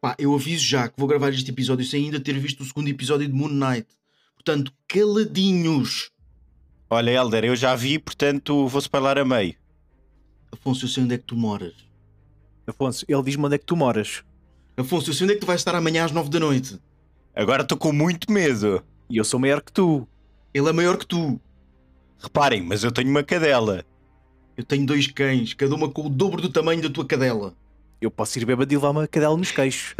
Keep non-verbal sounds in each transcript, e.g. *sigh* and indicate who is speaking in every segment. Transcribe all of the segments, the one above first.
Speaker 1: Pá, eu aviso já que vou gravar este episódio sem ainda ter visto o segundo episódio de Moon Knight. Portanto, caladinhos.
Speaker 2: Olha, Helder, eu já vi, portanto vou spoiler a meio.
Speaker 1: Afonso, eu sei onde é que tu moras.
Speaker 3: Afonso, ele diz-me onde é que tu moras.
Speaker 1: Afonso, eu sei onde é que tu vais estar amanhã às 9 da noite.
Speaker 2: Agora estou com muito medo.
Speaker 3: E eu sou maior que tu.
Speaker 1: Ele é maior que tu.
Speaker 2: Reparem, mas eu tenho uma cadela.
Speaker 1: Eu tenho dois cães, cada uma com o dobro do tamanho da tua cadela.
Speaker 3: Eu posso ir bêbado e levar uma cadela nos
Speaker 1: *laughs*
Speaker 3: queixos.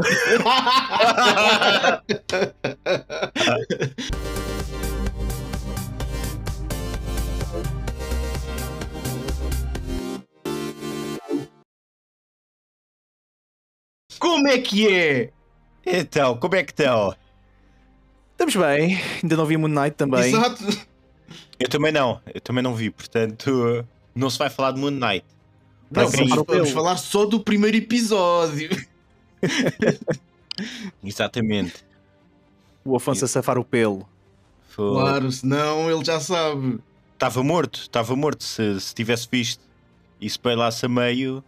Speaker 1: Como é que é?
Speaker 2: Então, como é que estão?
Speaker 3: Estamos bem. Ainda não vi Moon Knight também.
Speaker 1: Exato.
Speaker 2: Eu também não, eu também não vi, portanto não se vai falar de Moon Knight. Para
Speaker 1: Não,
Speaker 2: quem-
Speaker 1: vamos, vamos
Speaker 3: eu-
Speaker 1: falar só do primeiro episódio.
Speaker 2: Exatamente.
Speaker 3: O Afonso a safar o pelo.
Speaker 2: Foi-
Speaker 1: Claro, senão ele já sabe.
Speaker 2: Estava morto, estava morto se, se tivesse visto e se bailasse a meio.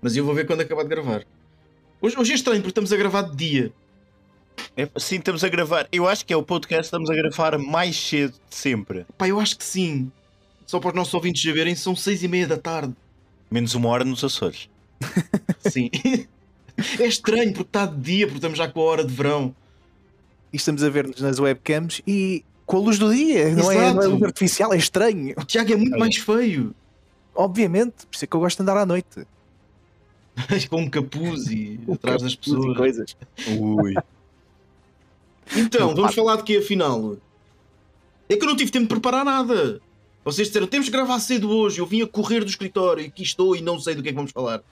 Speaker 1: Mas eu vou ver quando acabar de gravar. Hoje, hoje é estranho porque estamos a gravar de dia.
Speaker 2: É, sim, estamos a gravar. Eu acho que é o podcast que estamos a gravar mais cedo de sempre.
Speaker 1: Pá, eu acho que sim. Só para os nossos ouvintes saberem, são seis e meia da tarde.
Speaker 2: Menos uma hora nos Açores.
Speaker 1: Sim. *laughs* é estranho porque está de dia, porque estamos já com a hora de verão.
Speaker 3: E estamos a ver-nos nas webcams e com a luz do dia. Não é,
Speaker 1: Exato.
Speaker 3: não é luz artificial, é estranho.
Speaker 1: O Tiago é muito
Speaker 2: Olha.
Speaker 1: mais feio.
Speaker 3: Obviamente, por isso é que eu gosto de andar à noite.
Speaker 1: *laughs* Com *laughs* um capuz e atrás das
Speaker 3: é E
Speaker 1: pessoas.
Speaker 3: coisas.
Speaker 2: Ui.
Speaker 1: Então,
Speaker 3: Não,
Speaker 1: vamos falar de quê afinal? É que eu não tive tempo de preparar nada. Vocês disseram, temos que gravar cedo hoje. Eu vim a correr do escritório e aqui estou e não sei do que é que vamos falar.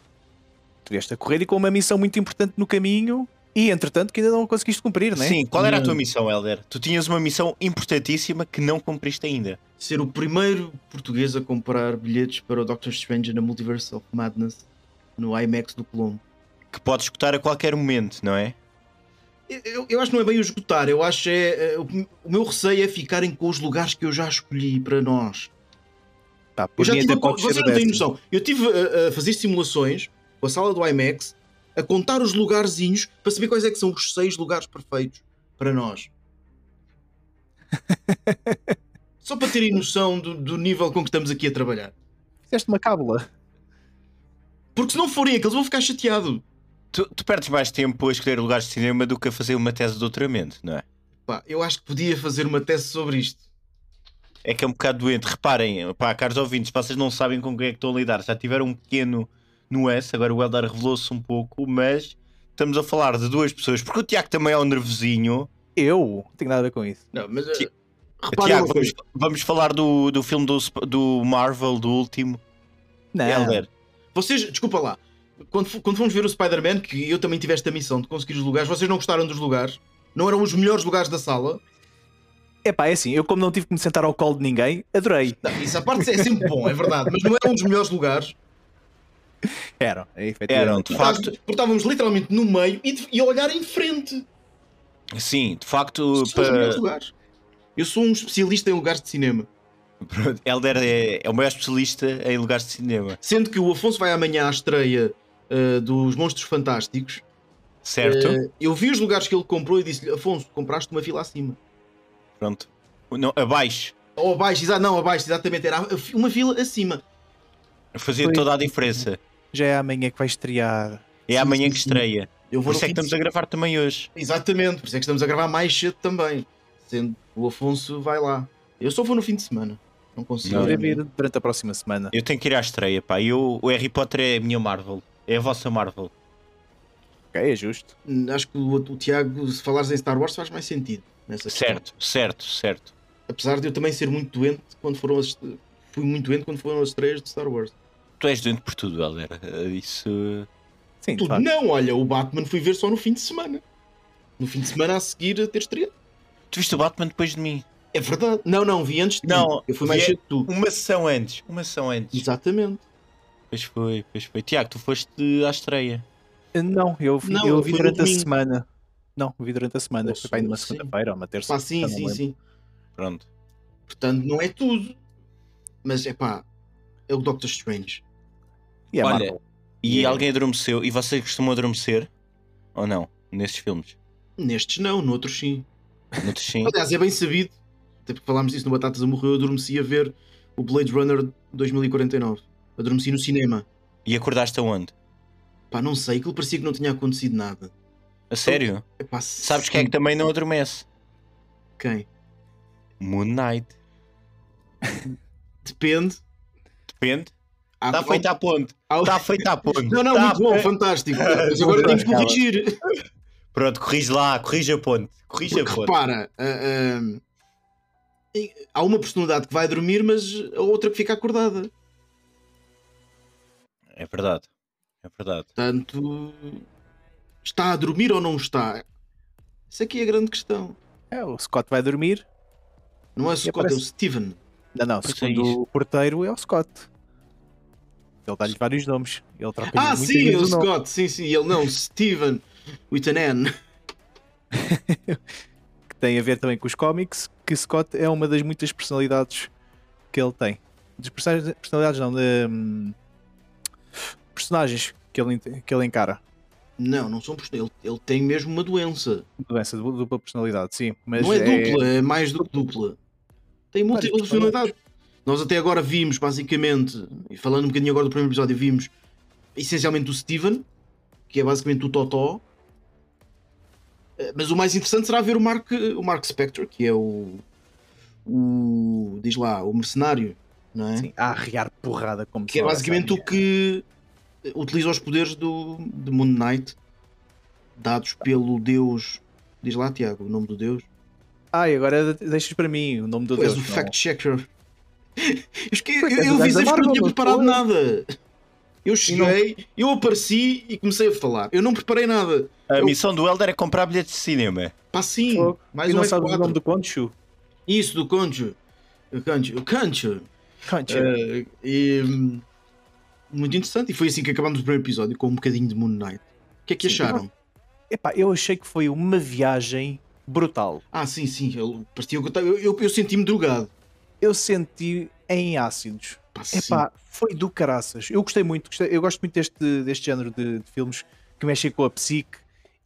Speaker 3: Tu vieste a correr e com uma missão muito importante no caminho e, entretanto, que ainda não conseguiste cumprir, né?
Speaker 2: Sim, qual era a tua
Speaker 1: Não.
Speaker 2: missão, Helder? Tu tinhas uma missão importantíssima que não cumpriste ainda.
Speaker 1: Ser o primeiro português a comprar bilhetes para o Doctor Strange na Multiverse of Madness no IMAX do Colombo.
Speaker 2: Que podes escutar a qualquer momento, não é?
Speaker 1: Eu- Eu, eu acho que não é bem o esgotar, eu acho é. é, o, o meu receio é ficarem com os lugares que eu já escolhi para nós.
Speaker 3: Pá, por
Speaker 1: Eu já
Speaker 3: mim
Speaker 1: tive
Speaker 3: até
Speaker 1: a,
Speaker 3: pode
Speaker 1: vocês
Speaker 3: ser
Speaker 1: não têm
Speaker 3: dessas.
Speaker 1: noção. Eu estive a, a fazer simulações com a sala do IMAX, a contar os lugarzinhos para saber quais é que são os seis lugares perfeitos para
Speaker 3: *laughs*
Speaker 1: nós. Só para terem noção do, do nível com que estamos aqui a trabalhar.
Speaker 3: Fizeste uma cábula.
Speaker 1: Porque se não forem aqueles, vão ficar chateado.
Speaker 2: Tu, tu perdes mais tempo a escolher lugares de cinema do que a fazer uma tese de doutoramento, não é?
Speaker 1: Pá, eu acho que podia fazer uma tese sobre isto.
Speaker 2: É que é um bocado doente. Reparem, pá, caros ouvintes, vocês não sabem com quem é que estão a lidar. Já tiveram um pequeno nuance, agora o Eldar revelou-se um pouco, mas estamos a falar de duas pessoas, porque o Tiago também é um nervosinho.
Speaker 3: Eu? Não tenho nada a ver com isso.
Speaker 1: Não, mas.
Speaker 2: Ti-
Speaker 1: eh, Reparem
Speaker 2: Tiago,
Speaker 1: uma coisa.
Speaker 2: vamos, vamos falar do, do filme do, Sp- do Marvel, do último.
Speaker 3: Não.
Speaker 2: Helder,
Speaker 1: Vocês, desculpa lá, quando, f- quando fomos ver o Spider-Man, que eu também tive esta missão de conseguir os lugares, vocês não gostaram dos lugares? Não eram os melhores lugares da sala?
Speaker 3: É pá, é assim, eu como não tive que me sentar ao colo de ninguém, adorei.
Speaker 1: Não, isso à parte é sempre bom, é verdade, mas não eram os melhores lugares.
Speaker 3: Eram, é,
Speaker 2: eram,
Speaker 3: efetivamente.
Speaker 2: de facto,
Speaker 1: Porque estávamos literalmente no meio e, de- e a olhar em frente.
Speaker 2: sim, de facto,
Speaker 1: Estes são os melhores
Speaker 2: para,
Speaker 1: lugares. Eu sou um especialista em lugares de cinema.
Speaker 2: Pronto, Helder é, é o maior especialista em lugares de cinema,
Speaker 1: Sendo que o Afonso vai amanhã à estreia ah, dos Monstros Fantásticos.
Speaker 2: certo?
Speaker 1: Ah, eu vi os lugares que ele comprou e disse-lhe: Afonso, compraste uma fila acima.
Speaker 2: Pronto. Não, abaixo.
Speaker 1: Ou abaixo, exa- não, abaixo, exatamente. Era a- uma fila acima.
Speaker 2: Fazia
Speaker 3: Foi.
Speaker 2: toda a diferença.
Speaker 3: Já é amanhã que vai estrear.
Speaker 2: É amanhã que estreia.
Speaker 1: Eu
Speaker 2: Por
Speaker 1: no
Speaker 2: isso é que
Speaker 1: fim de
Speaker 2: estamos a gravar também hoje.
Speaker 1: Exatamente, por isso é que estamos a gravar mais cedo também. Sendo que o Afonso vai lá. Eu só vou no fim de semana. Não consigo.
Speaker 2: Não,
Speaker 3: Irei ver durante a próxima semana.
Speaker 2: Eu tenho que ir à estreia, pá. Eu, o Harry Potter é a minha Marvel. É a vossa Marvel.
Speaker 3: Ok, é justo.
Speaker 1: Acho que o, o Tiago, se falares em Star Wars, faz mais sentido. Nessa questão.
Speaker 2: Certo, certo, certo.
Speaker 1: Apesar de eu também ser muito doente quando foram as. Fui muito doente quando foram as estreias de Star Wars.
Speaker 2: Tu és doente por tudo, Helder. Eh, Isso.
Speaker 3: Sim, de
Speaker 1: Tudo.
Speaker 3: facto.
Speaker 1: Não, olha, o Batman fui ver só no fim de semana. No fim de semana a seguir a ter estreado.
Speaker 2: Tu viste o Batman depois de mim.
Speaker 1: É verdade. Não, não, vi antes de
Speaker 2: Não,
Speaker 1: ti. Eu fui
Speaker 2: vi
Speaker 1: mais
Speaker 2: a-
Speaker 1: cedo que tu.
Speaker 2: Uma sessão antes. Uma sessão antes.
Speaker 1: Exatamente.
Speaker 2: Pois foi, pois foi. Tiago, tu foste à estreia.
Speaker 3: Não, eu vi,
Speaker 1: Não,
Speaker 3: eu vi
Speaker 1: foi no
Speaker 3: durante a
Speaker 1: domingo.
Speaker 3: semana. Não, vi durante a semana.
Speaker 1: Nossa,
Speaker 3: Foi para aí numa
Speaker 1: sim.
Speaker 3: segunda-feira ou uma terça.
Speaker 1: Pá, sim,
Speaker 3: já não
Speaker 1: sim,
Speaker 3: lembro.
Speaker 1: sim.
Speaker 2: Pronto.
Speaker 1: Portanto, não é tudo. Mas é pá, é o Doctor Strange.
Speaker 3: E é
Speaker 2: Olha,
Speaker 3: Marvel.
Speaker 2: E
Speaker 1: Yeah.
Speaker 2: alguém adormeceu. E vocês costumam adormecer? Ou não? Nesses filmes.
Speaker 1: Nestes não, noutros sim.
Speaker 2: Noutros sim.
Speaker 1: *laughs* Aliás, é bem sabido, até porque falámos disso no Batatas a Morreu, eu adormeci a ver o Blade Runner 2049. Adormeci no cinema.
Speaker 2: E acordaste aonde?
Speaker 1: Pá, não sei, aquilo parecia que não tinha acontecido nada.
Speaker 2: A sério?
Speaker 1: Epá,
Speaker 2: Sabes quem é que também não adormece?
Speaker 1: Quem?
Speaker 2: Moon Knight.
Speaker 1: Depende.
Speaker 2: Depende.
Speaker 1: Há-
Speaker 2: Está feita a ponte.
Speaker 1: há-
Speaker 2: Está feita a ponte.
Speaker 1: Ah, *laughs* Não, não,
Speaker 2: Tá É
Speaker 1: muito bom,
Speaker 2: fe- *laughs*
Speaker 1: fantástico. Mas agora tenho que
Speaker 2: Calma.
Speaker 1: corrigir.
Speaker 2: Pronto, corrige lá, corrige a ponte. Corrige a
Speaker 1: Porque
Speaker 2: ponte.
Speaker 1: repara, ah, ah, em- há uma personalidade que vai dormir, mas a outra que fica acordada.
Speaker 2: É verdade. É verdade.
Speaker 1: Portanto, está a dormir ou não está? Isso aqui é a grande questão.
Speaker 3: É, o Scott vai dormir.
Speaker 1: Não é o Scott, é o
Speaker 3: aparece-
Speaker 1: Steven.
Speaker 3: Não, não,
Speaker 2: Pois é
Speaker 3: segundo
Speaker 2: isso.
Speaker 3: o porteiro é o Scott. Ele dá-lhe vários nomes. Ele troca
Speaker 1: Ah,
Speaker 3: muitas
Speaker 1: sim,
Speaker 3: vezes
Speaker 1: o
Speaker 3: o nome.
Speaker 1: Scott, sim, sim, ele não, Steven, with an N.
Speaker 3: que tem a ver também com os cómics, que Scott é uma das muitas personalidades que ele tem. Das personagens- personalidades não, de, hum, personagens que ele, ent- que ele encara.
Speaker 1: Não, não são por ele, ele tem mesmo uma doença.
Speaker 3: Doença, du- dupla personalidade, sim. Mas
Speaker 1: não é,
Speaker 3: é-
Speaker 1: dupla, é mais do que dupla. Tem múltipla
Speaker 3: Várias personalidades.
Speaker 1: personalidade. Nós até agora vimos, basicamente, e falando um bocadinho agora do primeiro episódio, vimos essencialmente o Steven, que é basicamente o Totó. Eh, Mas o mais interessante será ver o Mark, o Mark Spector, que é o, o. diz lá, o mercenário, não é?
Speaker 3: sim, assim, a arrear porrada como
Speaker 1: que é
Speaker 3: só,
Speaker 1: basicamente
Speaker 3: sabe?
Speaker 1: o que utiliza os poderes do, de Moon Knight dados pelo deus. Diz lá, Tiago, o nome do deus.
Speaker 3: Ai, agora deixas para mim o nome do
Speaker 1: Tu és
Speaker 3: Deus. tá
Speaker 1: o
Speaker 3: não.
Speaker 1: fact checker. Eu, esque- eu,
Speaker 3: Pois, és
Speaker 1: eu
Speaker 3: o
Speaker 1: avisei-vos que
Speaker 3: gajo da
Speaker 1: não
Speaker 3: Marvel,
Speaker 1: tinha preparado
Speaker 3: pô.
Speaker 1: nada. Eu cheguei, eu apareci e comecei a falar. Eu não preparei nada.
Speaker 2: A
Speaker 1: Eu-
Speaker 2: missão do Elder é comprar bilhetes de cinema.
Speaker 1: Pá, sim,
Speaker 3: Fogo.
Speaker 1: mais
Speaker 3: e
Speaker 1: um
Speaker 3: não sabes o
Speaker 1: F4.
Speaker 3: nome do Conchu?
Speaker 1: Isso, do Conjo. O Conjo. O Conjo.
Speaker 3: Conchu.
Speaker 1: Eh, e, hum, muito interessante. E foi assim que acabámos o primeiro episódio, com um bocadinho de Moon Knight. O que é que
Speaker 3: Sim.
Speaker 1: acharam?
Speaker 3: Epá, eu achei que foi uma viagem brutal.
Speaker 1: Ah, sim, sim. Eu, parecia que eu, tava- eu, eu, eu senti-me drogado.
Speaker 3: Eu senti em ácidos.
Speaker 1: Pá, sim.
Speaker 3: Epá, foi do caraças. Eu gostei muito, gostei- eu gosto muito deste, deste género de, de filmes que mexem com a psique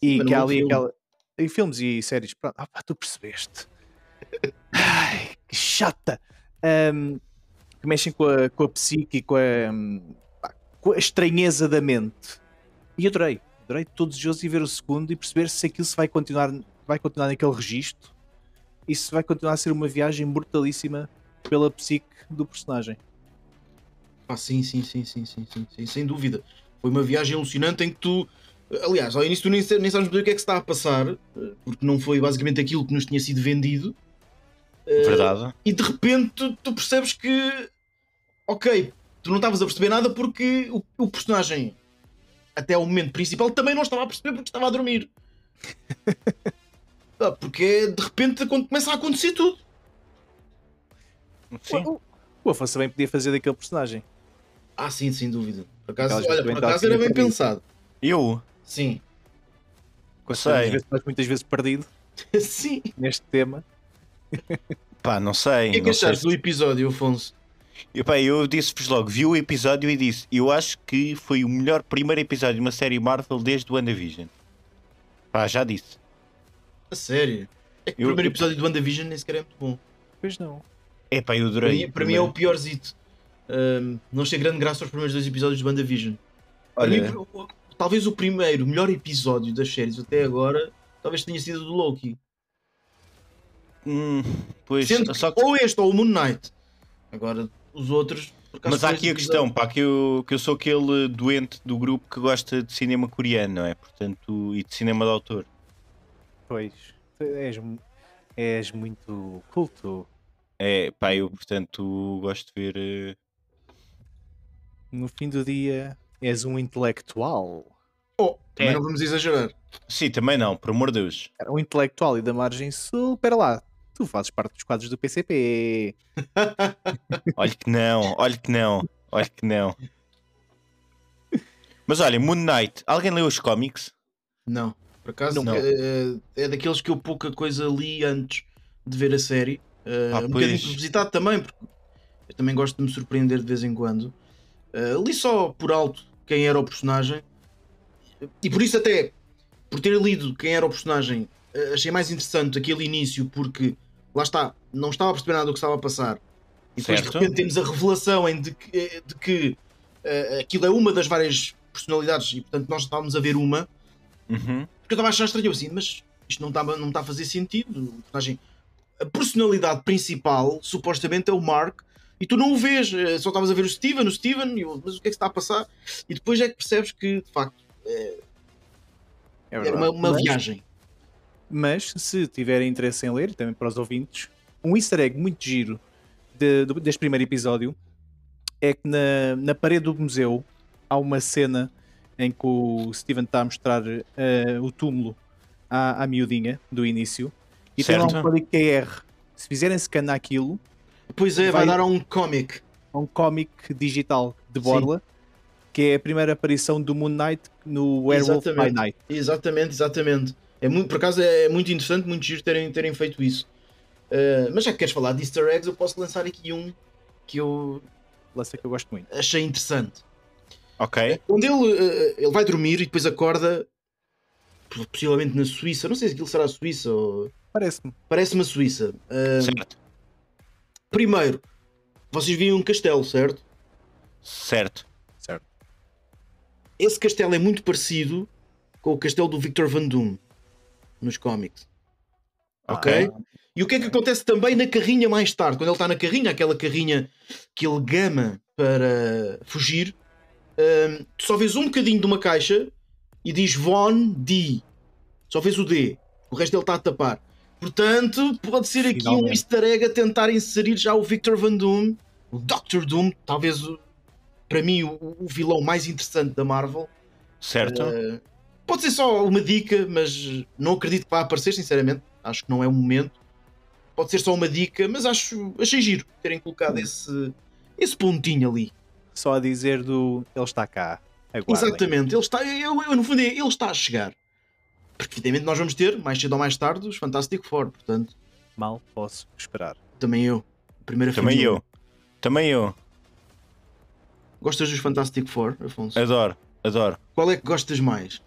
Speaker 3: e
Speaker 1: Era
Speaker 3: que há
Speaker 1: um bom
Speaker 3: ali
Speaker 1: filme.
Speaker 3: aquela. E filmes e séries, pronto. Ah, pá,
Speaker 1: *laughs*
Speaker 3: tu percebeste. Ai, que chata! Ahm, que mexem com a, com a psique e com a, hum, pá, com a estranheza da mente. E adorei, adorei todos os jogos e ver o segundo e perceber se aquilo se vai continuar, vai continuar naquele registro e se vai continuar a ser uma viagem brutalíssima pela psique do personagem.
Speaker 1: Pá, sim, sim, sim, sim, sim, sim, sim, sem dúvida. Foi uma viagem alucinante em que tu. Aliás, ao início tu nem, sa- nem sabes bem o que é que se está a passar, eh, porque não foi basicamente aquilo que nos tinha sido vendido. Eh,
Speaker 2: Verdade.
Speaker 1: E de repente tu, tu percebes que. Ok, tu não estavas a perceber nada porque o, o personagem, até o momento principal, também não estava a perceber porque estava a dormir. Ah, porque de repente quando começa a acontecer tudo.
Speaker 2: Sim.
Speaker 3: O, o Afonso também podia fazer daquele personagem.
Speaker 1: Ah, sim, sem dúvida. Por acaso,
Speaker 3: Aquelas
Speaker 1: olha, por
Speaker 3: experimentar
Speaker 2: tá
Speaker 1: acaso era
Speaker 3: assim na
Speaker 1: bem
Speaker 3: cabeça.
Speaker 1: pensado.
Speaker 2: Eu?
Speaker 1: Sim. *laughs*
Speaker 2: Sei.
Speaker 3: Às vezes, estás muitas vezes perdido
Speaker 1: sim.
Speaker 3: neste tema.
Speaker 2: Pá, não sei.
Speaker 1: O que é que
Speaker 2: não sei
Speaker 1: achaste
Speaker 2: se-
Speaker 1: do episódio, Afonso?
Speaker 2: E, pá, eu disse-vos logo, vi o episódio e disse: Eu acho que foi o melhor primeiro episódio de uma série Marvel desde o WandaVision. Pá, já disse.
Speaker 1: A sério? É que o
Speaker 2: Eu-
Speaker 1: primeiro
Speaker 2: eu-
Speaker 1: episódio do WandaVision nem sequer é muito bom.
Speaker 3: Pois não.
Speaker 2: É pá, eu
Speaker 1: Para
Speaker 2: adorei.
Speaker 1: mim, para mim é o piorzito. Ahm, não achei grande graça aos primeiros dois episódios do WandaVision. Para
Speaker 2: Olha,
Speaker 1: mim, o- o- talvez o primeiro, melhor episódio das séries até agora, talvez tenha sido o do Loki.
Speaker 2: hum, pois,
Speaker 1: Sendo
Speaker 2: só
Speaker 1: que ou este ou o Moon Knight. Agora, os outros... por acaso,
Speaker 2: Mas há
Speaker 1: foi este
Speaker 2: aqui a
Speaker 1: episódio.
Speaker 2: questão, pá, que eu, que eu sou aquele doente do grupo que gosta de cinema coreano, não é? Portanto, e de cinema de autor.
Speaker 3: Pois. Tu És, mu- és muito culto.
Speaker 2: É, pá, eu, portanto, gosto de ver. eh,
Speaker 3: No fim do dia, és um intelectual.
Speaker 1: Oh, também
Speaker 2: É.
Speaker 1: não vamos exagerar.
Speaker 2: Sim, também não, por amor de Deus.
Speaker 3: Era um intelectual e da margem sul. Pera lá. Tu fazes parte dos quadros do PCP.
Speaker 2: Olha que não, olha que não, olha que não. Mas olha, Moon Knight, alguém leu os cómics?
Speaker 1: Não. Por acaso,
Speaker 2: Não.
Speaker 1: eh, é daqueles que eu pouca coisa li antes de ver a série. Eh,
Speaker 2: Ah,
Speaker 1: um
Speaker 2: pois.
Speaker 1: bocadinho propositado também, porque eu também gosto de me surpreender de vez em quando. Ah, Eh, li só por alto quem era o personagem. E por isso até por ter lido quem era o personagem, eh, achei mais interessante aquele início porque lá está, não estava a perceber nada do que estava a passar. E depois de
Speaker 2: Certo.
Speaker 1: repente temos a revelação em de que, eh, de que eh, aquilo é uma das várias personalidades e portanto nós estávamos a ver uma.
Speaker 2: Uhum.
Speaker 1: Porque eu estava a achar estranho eu assim, mas isto não está, não está a fazer sentido. O personagem- a personalidade principal supostamente é o Mark e tu não o vês, eh, só estavas a ver o Steven, o Steven, e eu, mas o que é que está a passar? E depois é que percebes que de facto
Speaker 3: É
Speaker 1: era
Speaker 3: verdade.
Speaker 1: uma, uma
Speaker 3: Mas-
Speaker 1: viagem.
Speaker 3: Mas se tiverem interesse em ler, também para os ouvintes, um easter egg muito giro de- do- deste primeiro episódio é que na, na parede do museu há uma cena em que o Steven está a mostrar eh, o túmulo à, à miudinha do início e tem lá um
Speaker 2: Certo.
Speaker 3: código QR. Se fizerem scan naquilo,
Speaker 1: Pois é, vai,
Speaker 3: Vai-
Speaker 1: dar a um comic.
Speaker 3: há um cómic digital de Borla que é a primeira aparição do Moon Knight no Werewolf by
Speaker 1: Exatamente.
Speaker 3: Night.
Speaker 1: Exatamente, exatamente. É muito, por acaso é muito interessante, muito giro terem, terem feito isso. Eh, mas já que queres falar de Easter eggs, eu posso lançar aqui um que eu
Speaker 3: Lança que eu gosto muito.
Speaker 1: achei interessante.
Speaker 2: Ok.
Speaker 1: Onde ele, eh, ele vai dormir e depois acorda, possivelmente na Suíça, não sei se aquilo será a Suíça ou.
Speaker 3: Parece-me.
Speaker 1: Parece-me a Suíça. Ah,
Speaker 2: Certo.
Speaker 1: primeiro, vocês viam um castelo, certo?
Speaker 2: Certo.
Speaker 3: Certo.
Speaker 1: Esse castelo é muito parecido com o castelo do Victor Van Doom nos cómics.
Speaker 2: Ah,
Speaker 1: Ok? E o que é que acontece também na carrinha mais tarde? Quando ele está na carrinha, aquela carrinha que ele gama para fugir, hum, tu só vês um bocadinho de uma caixa e diz Von D. Só vês o D. O resto dele está a tapar. Portanto, pode ser aqui um
Speaker 3: Finalmente.
Speaker 1: easter egg a tentar inserir já o Victor Van Doom, o Dr. Doom, talvez o- para mim o, o vilão mais interessante da Marvel.
Speaker 2: Certo.
Speaker 1: Eh, pode ser só uma dica, mas não acredito que vá aparecer, sinceramente. Acho que não é o momento. Pode ser só uma dica, mas acho, achei giro terem colocado esse, esse pontinho ali.
Speaker 3: Só a dizer do ele está cá. Aguardem.
Speaker 1: Exatamente. Ele está, eu, eu, no fundo, é- ele está a chegar. Porque, evidentemente, nós vamos ter, mais cedo ou mais tarde, os Fantastic Four. Portanto,
Speaker 3: Mal posso esperar. *laughs*
Speaker 1: também eu. a Primeira
Speaker 2: Também
Speaker 1: família.
Speaker 2: eu. Também eu.
Speaker 1: Gostas dos Fantastic Four, Afonso?
Speaker 2: Adoro. Adoro.
Speaker 1: Qual é que gostas mais?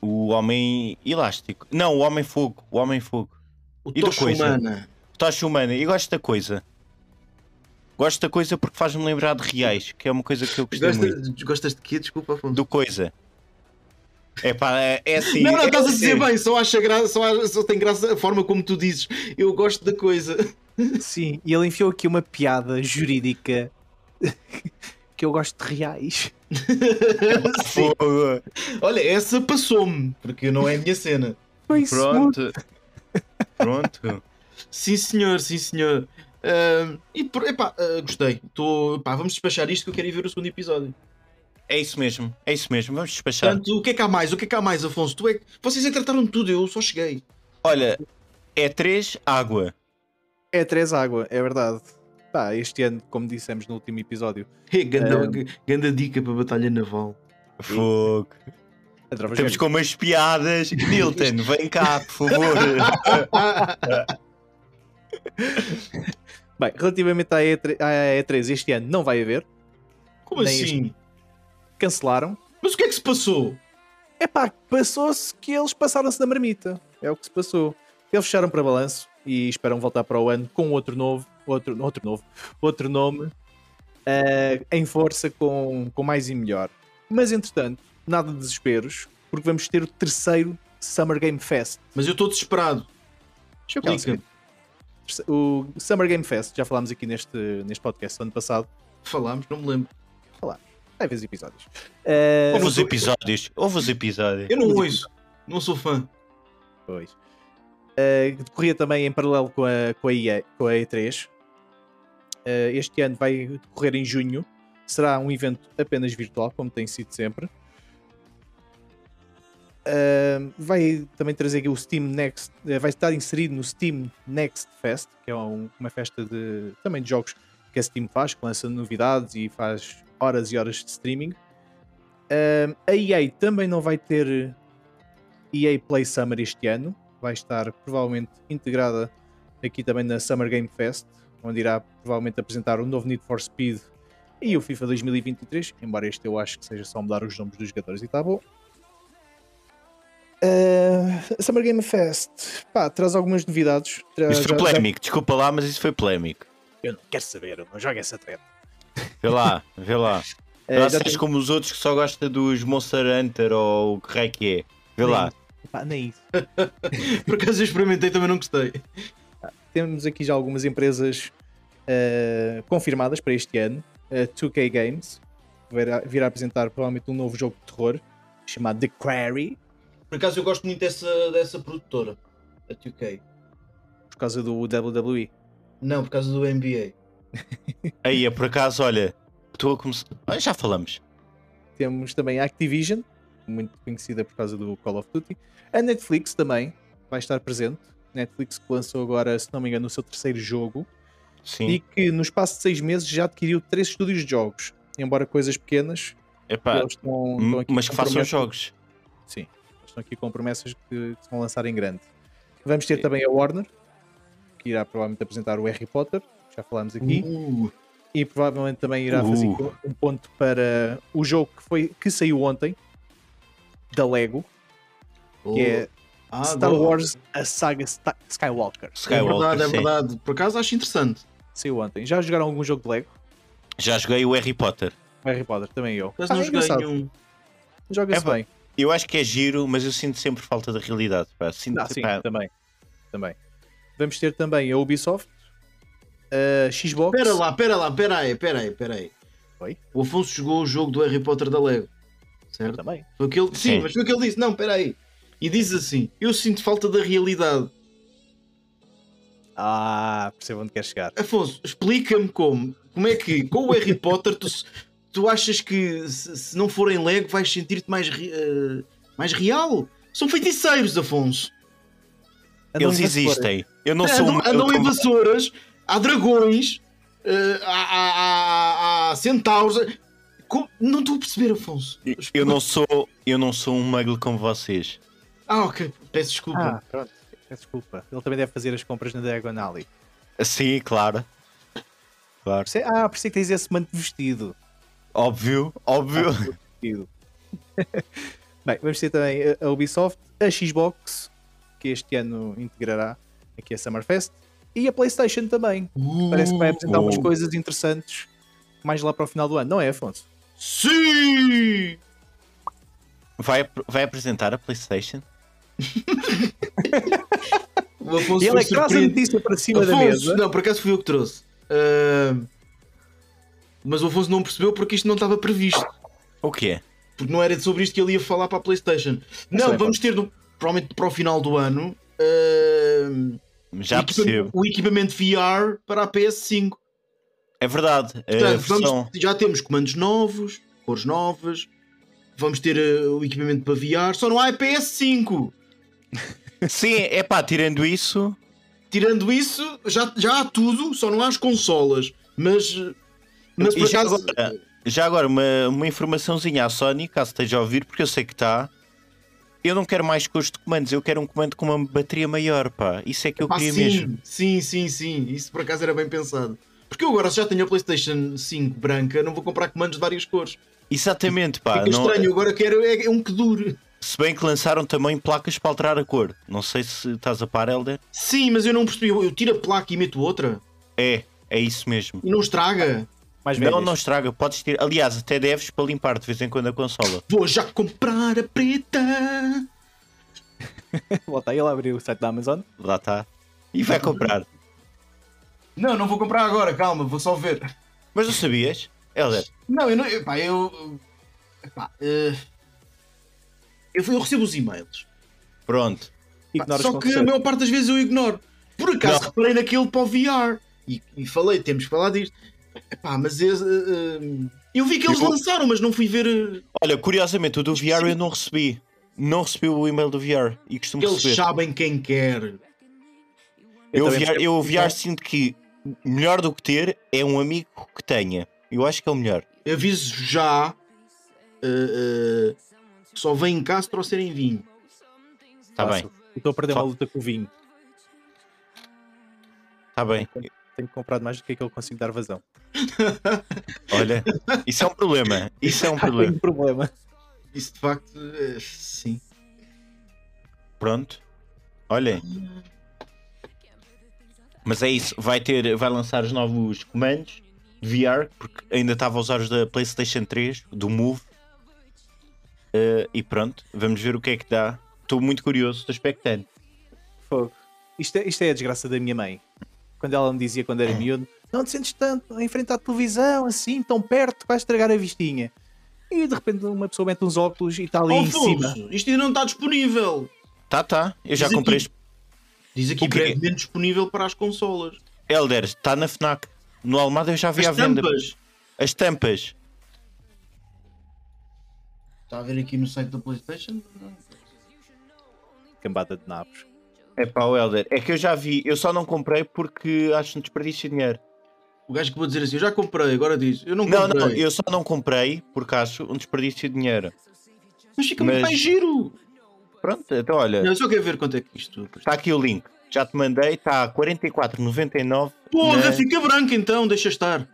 Speaker 2: O Homem Elástico. Não, o Homem Fogo. O Homem Fogo.
Speaker 1: O
Speaker 2: E do
Speaker 1: Tocha
Speaker 2: Coisa?
Speaker 1: Humana.
Speaker 2: Tocha Humana. E gosto da coisa. Gosto da coisa porque faz-me lembrar de reais, que é uma coisa que eu gostei muito.
Speaker 1: Gostas, gostas de quê? Desculpa, Afonso.
Speaker 2: Do coisa. É pá, é é assim.
Speaker 1: Não, não,
Speaker 2: é
Speaker 1: estás a
Speaker 2: assim.
Speaker 1: dizer bem, só, acha graça, só, acha- só tem graça a forma como tu dizes. Eu gosto da coisa. *laughs*
Speaker 3: Sim, e ele enfiou aqui uma piada jurídica *laughs* que eu gosto de reais.
Speaker 1: é
Speaker 2: *laughs*
Speaker 1: Sim.
Speaker 2: Fogo.
Speaker 1: Olha, essa passou-me, porque não é a minha cena.
Speaker 3: Foi
Speaker 2: Pronto. Pronto.
Speaker 1: Sim, senhor, sim, senhor. Ah, e por- epá, ah, gostei. Tô, pá, vamos despachar isto que eu quero ir ver o segundo episódio.
Speaker 2: É isso mesmo. É isso mesmo. Vamos despachar.
Speaker 1: Portanto, o que é que há mais? O que é que há mais, Afonso? Tu é que- Vocês é que trataram de tudo, eu só cheguei.
Speaker 2: Olha, é 3 água.
Speaker 3: É três água, é verdade. Pá, este ano, como dissemos no último episódio,
Speaker 1: Hey, É, ganda, ganda dica para a Batalha *laughs* Naval.
Speaker 2: Fogo.
Speaker 3: a Trova
Speaker 2: Estamos
Speaker 3: Gêmea.
Speaker 2: com umas piadas. Nilton, vem cá, por
Speaker 1: *laughs*
Speaker 2: favor.
Speaker 1: Ah,
Speaker 3: Bem, relativamente à E3, à E3, este ano não vai haver.
Speaker 1: Como
Speaker 3: Nem
Speaker 1: assim?
Speaker 3: Cancelaram.
Speaker 1: Mas o que é que se passou?
Speaker 3: É pá, passou-se que eles passaram-se da marmita. É o que se passou. Eles fecharam para balanço e esperam voltar para o ano com outro novo, outro, outro novo, outro nome eh, em força com, com mais e melhor. Mas entretanto, nada de desesperos, porque vamos ter o terceiro Summer Game Fest.
Speaker 1: Mas eu estou desesperado.
Speaker 3: Deixa
Speaker 1: Explica.
Speaker 3: eu conseguir. O Summer Game Fest, já falámos aqui neste, neste podcast ano passado,
Speaker 1: Falámos, não me lembro.
Speaker 3: às vezes episódios. Eh,
Speaker 2: Houve os episódios. Houve os episódios.
Speaker 1: Eu não ouço, não sou fã.
Speaker 3: Pois. Uh, que decorria também em paralelo com a, com a, EA, com a E3. Uh, este ano vai decorrer em junho. Será um evento apenas virtual, como tem sido sempre. Uh, vai também trazer aqui o Steam Next. uh, vai estar inserido no Steam Next Fest, que é um- uma festa de, também de jogos que a Steam faz, que lança novidades e faz horas e horas de streaming. Uh, a EA também não vai ter EA Play Summer este ano. Vai estar provavelmente integrada aqui também na Summer Game Fest, onde irá provavelmente apresentar o novo Need for Speed e o FIFA 2023, embora este eu acho que seja só mudar os nomes dos jogadores e tá bom. Ah, Summer Game Fest pá, traz algumas novidades. Tra-
Speaker 2: Isso
Speaker 3: já-
Speaker 2: foi
Speaker 3: já-
Speaker 2: polémico, desculpa lá, mas isso foi polémico.
Speaker 3: Eu não quero saber, eu não jogo essa treta.
Speaker 2: Vê lá, vê lá.
Speaker 3: Ah,
Speaker 2: Vê lá
Speaker 3: já
Speaker 2: se és
Speaker 3: tem-
Speaker 2: como os outros que só gosta dos Monster Hunter ou o que raio que é. Vê
Speaker 3: Sim.
Speaker 2: lá.
Speaker 3: pá, nem isso.
Speaker 1: Por acaso eu experimentei também não gostei.
Speaker 3: Temos aqui já algumas empresas ah, confirmadas para este ano. A 2K Games virá, virá apresentar provavelmente um novo jogo de terror chamado The Quarry.
Speaker 1: Por acaso eu gosto muito dessa, dessa produtora, a 2K.
Speaker 3: por causa do WWE.
Speaker 1: Não, por causa do NBA.
Speaker 2: Aí é por acaso, olha, estou a começar. Ah, já falamos.
Speaker 3: Temos também a Activision, muito conhecida por causa do Call of Duty. A Netflix também vai estar presente. Netflix que lançou agora, se não me engano, o seu terceiro jogo e
Speaker 2: Sim.
Speaker 3: que no espaço de seis meses já adquiriu três estúdios de jogos, embora coisas pequenas.
Speaker 2: Epá,
Speaker 3: eles estão,
Speaker 2: m-
Speaker 3: estão aqui
Speaker 2: mas que
Speaker 3: com
Speaker 2: façam
Speaker 3: promessas-
Speaker 2: jogos.
Speaker 3: Sim, eles estão aqui com promessas que se vão lançar em grande. Vamos ter também a Warner, que irá provavelmente apresentar o Harry Potter, que já falámos aqui.
Speaker 1: Uh,
Speaker 3: e provavelmente também irá
Speaker 2: Uh.
Speaker 3: fazer aqui um ponto para o jogo que, foi, que saiu ontem da Lego, que é
Speaker 1: Ah,
Speaker 3: Star
Speaker 1: agora-
Speaker 3: Wars A Saga Sta-
Speaker 1: É
Speaker 3: Skywalker.
Speaker 2: Skywalker,
Speaker 1: verdade, é
Speaker 2: sim.
Speaker 1: verdade. Por acaso acho interessante.
Speaker 3: Saiu ontem. Já jogaram algum jogo de Lego?
Speaker 2: Já joguei o Harry Potter.
Speaker 3: Harry Potter, também eu.
Speaker 1: Mas
Speaker 3: Ah,
Speaker 1: não
Speaker 3: é
Speaker 1: joguei
Speaker 3: engraçado.
Speaker 1: nenhum.
Speaker 3: Joga-se
Speaker 2: É bom.
Speaker 3: bem.
Speaker 2: Eu acho que é giro, mas eu sinto sempre falta da realidade. Pá. Sinto,
Speaker 3: Ah, sim,
Speaker 1: é.
Speaker 2: pá,
Speaker 3: também. também. Vamos ter também a Ubisoft, a Xbox.
Speaker 1: Pera lá, pera lá, pera aí, pera aí, pera aí.
Speaker 3: Oi?
Speaker 1: O Afonso jogou o jogo do Harry Potter da Lego. Certo?
Speaker 3: Também.
Speaker 1: Foi o que ele- Sim,
Speaker 2: Sim.
Speaker 1: mas foi o que ele disse. Não, pera aí. E diz assim: Eu sinto falta da realidade.
Speaker 3: Ah, percebo onde quer chegar.
Speaker 1: Afonso, explica-me como. Como é que com o Harry Potter tu, se- tu achas que se, se não for em Lego vais sentir-te mais, re- eh, mais real? São feiticeiros, Afonso.
Speaker 3: Andam
Speaker 2: Eles
Speaker 3: em vassoura.
Speaker 2: existem. Eu não sou
Speaker 1: É, Andam,
Speaker 2: um.
Speaker 1: andam
Speaker 2: eu-
Speaker 1: em vassouras, há dragões, eh, há, há- há- há centauros. Como- Não estou a perceber, Afonso.
Speaker 2: Eu não sou, eu não sou um muggle como vocês.
Speaker 1: Ah, ok. Peço desculpa.
Speaker 3: Ah, pronto. Peço Desculpa. Ele também deve fazer as compras na Diagon Alley.
Speaker 2: Sim, Assim, claro. Claro.
Speaker 3: Perce- Ah, por isso é que tens esse manto vestido. *laughs*
Speaker 2: Óbvio, óbvio.
Speaker 3: Tido. Bem, vamos ter também a- a Ubisoft, a Xbox, que este ano integrará aqui a Summerfest, e a PlayStation também. Ah, Parece que vai apresentar umas
Speaker 2: Uh.
Speaker 3: coisas interessantes mais lá para o final do ano, não é, Afonso?
Speaker 1: Sim!
Speaker 2: Vai, vai apresentar a PlayStation?
Speaker 1: O Afonso
Speaker 3: E ele é
Speaker 1: foi
Speaker 3: que traz a
Speaker 1: surpreendido.
Speaker 3: notícia para cima da
Speaker 1: um Afonso,
Speaker 3: mesa.
Speaker 1: não, por acaso fui eu que trouxe. Ah, mas o Afonso não percebeu porque isto não estava previsto.
Speaker 2: O quê?
Speaker 1: Porque não era sobre isto que ele ia falar para a PlayStation. Não,
Speaker 3: bem,
Speaker 1: vamos ter, no- provavelmente para o final do ano, ah,
Speaker 2: Já
Speaker 1: o equipa-
Speaker 2: percebo.
Speaker 1: o equipamento VR para a PS5.
Speaker 2: É verdade. é a
Speaker 1: Portanto,
Speaker 2: versão...
Speaker 1: vamos- já temos comandos novos, cores novas, vamos ter ah, o equipamento para VR, só não há a PS5.
Speaker 2: Sim, é pá, tirando isso.
Speaker 1: Tirando isso, já, já há tudo, só não há as consolas. Mas, eh, mas
Speaker 2: E
Speaker 1: por
Speaker 2: já
Speaker 1: acaso.
Speaker 2: agora? Já agora, uma, uma informaçãozinha à Sony, caso esteja a ouvir, porque eu sei que está. Eu não quero mais com os comandos, eu quero um comando com uma bateria maior, pá. Isso é que eu
Speaker 1: Pá,
Speaker 2: queria
Speaker 1: sim,
Speaker 2: mesmo.
Speaker 1: sim, sim, sim. Isso por acaso era bem pensado. Porque eu agora se já tenho a PlayStation 5 branca, não vou comprar comandos de várias cores.
Speaker 2: Exatamente, pá.
Speaker 1: Fica
Speaker 2: não-
Speaker 1: estranho, agora quero é, é um que dure.
Speaker 2: Se bem que lançaram também placas para alterar a cor. Não sei se estás a par, Helder.
Speaker 1: Sim, mas eu não percebi. Eu, eu tiro a placa e meto outra
Speaker 2: É, é isso mesmo.
Speaker 1: e não estraga.
Speaker 3: Mais velhas.
Speaker 2: Não,
Speaker 3: *laughs*
Speaker 2: não estraga, podes tirar. Aliás, até deves para limpar de vez em quando a consola.
Speaker 1: Vou já comprar a preta.
Speaker 3: Volta aí, ele abriu o site da Amazon.
Speaker 2: Lá está. E vai comprar.
Speaker 1: Não, não vou comprar agora, calma, vou só ver.
Speaker 2: Mas não sabias? Helder,
Speaker 1: Não, eu não. eu- Pá, eu. Pá, eh, eu, eu recebo os e-mails.
Speaker 2: pronto.
Speaker 1: Pá,
Speaker 3: Ignora os
Speaker 1: Só que é a
Speaker 3: conceitos.
Speaker 1: maior parte das vezes eu ignoro. Por acaso
Speaker 2: Não.
Speaker 1: reparei naquele para o VR e, e falei, temos que falar disto. Epá, mas eu, eh, eh, eu vi que eles
Speaker 2: Eu-
Speaker 1: lançaram, mas não fui ver. eh,
Speaker 2: Olha, curiosamente, o do VR eu não recebi. Não recebi o e-mail do VR e costumo
Speaker 1: Eles
Speaker 2: receber.
Speaker 1: sabem quem quer.
Speaker 2: Eu,
Speaker 3: também
Speaker 2: VR,
Speaker 3: percebo.
Speaker 2: eu VR sinto que melhor do que ter é um amigo que tenha. Eu acho que é o melhor.
Speaker 1: Aviso já. eh, eh, que só vem em casa se trouxerem vinho.
Speaker 2: Está Tá
Speaker 3: Fácil.
Speaker 2: bem,
Speaker 3: Eu Estou a perder uma
Speaker 2: Fa-
Speaker 3: luta com o vinho.
Speaker 2: está tá bem.
Speaker 3: Tenho comprado mais do que aquilo que consigo dar vazão.
Speaker 2: Olha, isso é um
Speaker 3: Tá
Speaker 2: problema. Isso é um
Speaker 3: Tenho
Speaker 2: problema.
Speaker 3: um problema.
Speaker 1: Isso de facto, eh, sim.
Speaker 2: Pronto. Olhem. Mas é isso, vai ter, vai lançar os novos comandos de VR, porque ainda estava a usar os da PlayStation 3, do Move. Eh, e pronto, vamos ver o que é que dá. Estou muito curioso, estou expectante.
Speaker 3: Fogo. Isto, é, isto é a desgraça da minha mãe. Quando ela me dizia quando era miúdo: Não te sentes tanto em frente à televisão, assim, tão perto, vais estragar a vistinha. E de repente uma pessoa mete uns óculos e está ali
Speaker 1: Oh,
Speaker 3: em cima.
Speaker 1: Afonso, isto ainda não está disponível.
Speaker 2: Tá, tá, eu já
Speaker 1: Mas
Speaker 2: comprei.
Speaker 1: aqui-
Speaker 2: este-
Speaker 1: Diz aqui
Speaker 2: O quê?
Speaker 1: brevemente disponível para as consolas.
Speaker 2: Elder, está na Fnac. No Almada eu já vi
Speaker 1: As
Speaker 2: à venda.
Speaker 1: tampas.
Speaker 2: As tampas.
Speaker 1: Está a ver aqui no site da PlayStation?
Speaker 3: Cambada de nabos.
Speaker 2: É pá, o Elder. É que eu já vi, eu só não comprei porque acho um desperdício de dinheiro.
Speaker 1: O gajo que vou dizer assim, eu já comprei, agora diz. Eu não
Speaker 2: Não,
Speaker 1: comprei.
Speaker 2: não, eu só não comprei porque acho um desperdício de dinheiro.
Speaker 1: Mas fica muito
Speaker 2: Mas-
Speaker 1: mais giro.
Speaker 2: Pronto, então olha,
Speaker 1: Não, eu só quero ver quanto é que isto custa.
Speaker 2: está aqui o link. Já te mandei, está a 44,99.
Speaker 1: Porra,
Speaker 2: na-
Speaker 1: fica branco então, deixa estar.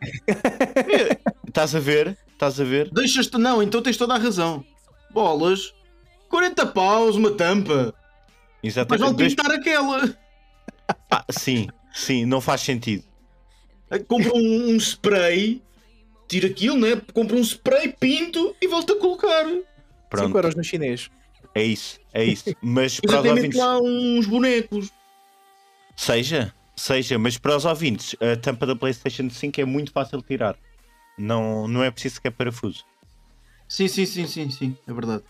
Speaker 2: Estás a ver? Estás a ver?
Speaker 1: Deixa estar. Não, então tens toda a razão. Bolas. 40 paus, uma tampa. Mas vão
Speaker 2: Exatamente. Dois-
Speaker 1: pintar aquela.
Speaker 2: Ah, sim, sim, não faz sentido.
Speaker 1: Compra um, um spray, tira aquilo, né? Compra um spray, pinto e volta a colocar.
Speaker 3: 5
Speaker 2: Pronto,
Speaker 3: euros no chinês.
Speaker 2: é isso, é isso. Mas
Speaker 1: E
Speaker 2: para
Speaker 1: já
Speaker 2: os
Speaker 1: tem mete
Speaker 2: ouvintes,
Speaker 1: lá uns bonecos.
Speaker 2: seja, seja, mas para os ouvintes, a tampa da PlayStation 5 é muito fácil de tirar. Não, não é preciso sequer parafuso.
Speaker 1: Sim, sim, sim, sim, sim, é verdade.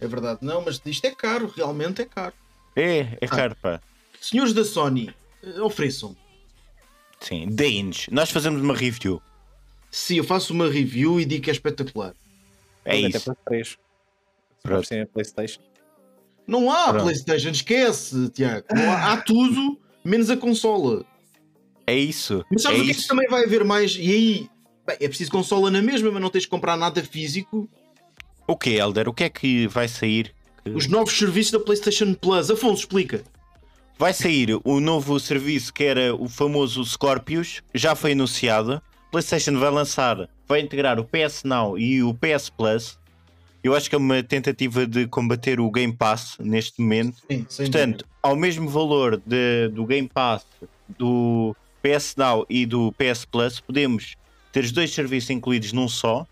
Speaker 1: É verdade. Não, mas isto é caro, realmente é caro.
Speaker 2: É,
Speaker 1: Ah.
Speaker 2: é caro, pá.
Speaker 1: Senhores da Sony, eh, ofereçam.
Speaker 2: Sim, deem-nos. Nós fazemos uma review.
Speaker 1: Se eu faço uma review e digo que é espetacular.
Speaker 2: É
Speaker 3: Até
Speaker 2: isso.
Speaker 3: para três. Se
Speaker 2: Pronto.
Speaker 3: não oferecerem a PlayStation.
Speaker 1: Não há
Speaker 2: Pronto.
Speaker 1: PlayStation, esquece, Tiago. Não há, há tudo, menos a consola.
Speaker 2: É isso.
Speaker 1: Mas
Speaker 2: É
Speaker 1: sabes o que é que
Speaker 2: isso.
Speaker 1: também vai haver mais? E aí, bem, é preciso consola na mesma, mas não tens de comprar nada físico.
Speaker 2: O que, Elder? O que é que vai sair? Que-
Speaker 1: Os novos serviços da PlayStation Plus. Afonso, explica.
Speaker 2: Vai sair o novo serviço que era o famoso Scorpius, já foi anunciado. PlayStation vai lançar, vai integrar o PS Now e o PS Plus. Eu acho que é uma tentativa de combater o Game Pass neste momento.
Speaker 1: Sim, sem
Speaker 2: Portanto, ao mesmo valor de- do Game Pass, do PS Now e do PS Plus, podemos ter os dois serviços incluídos num só.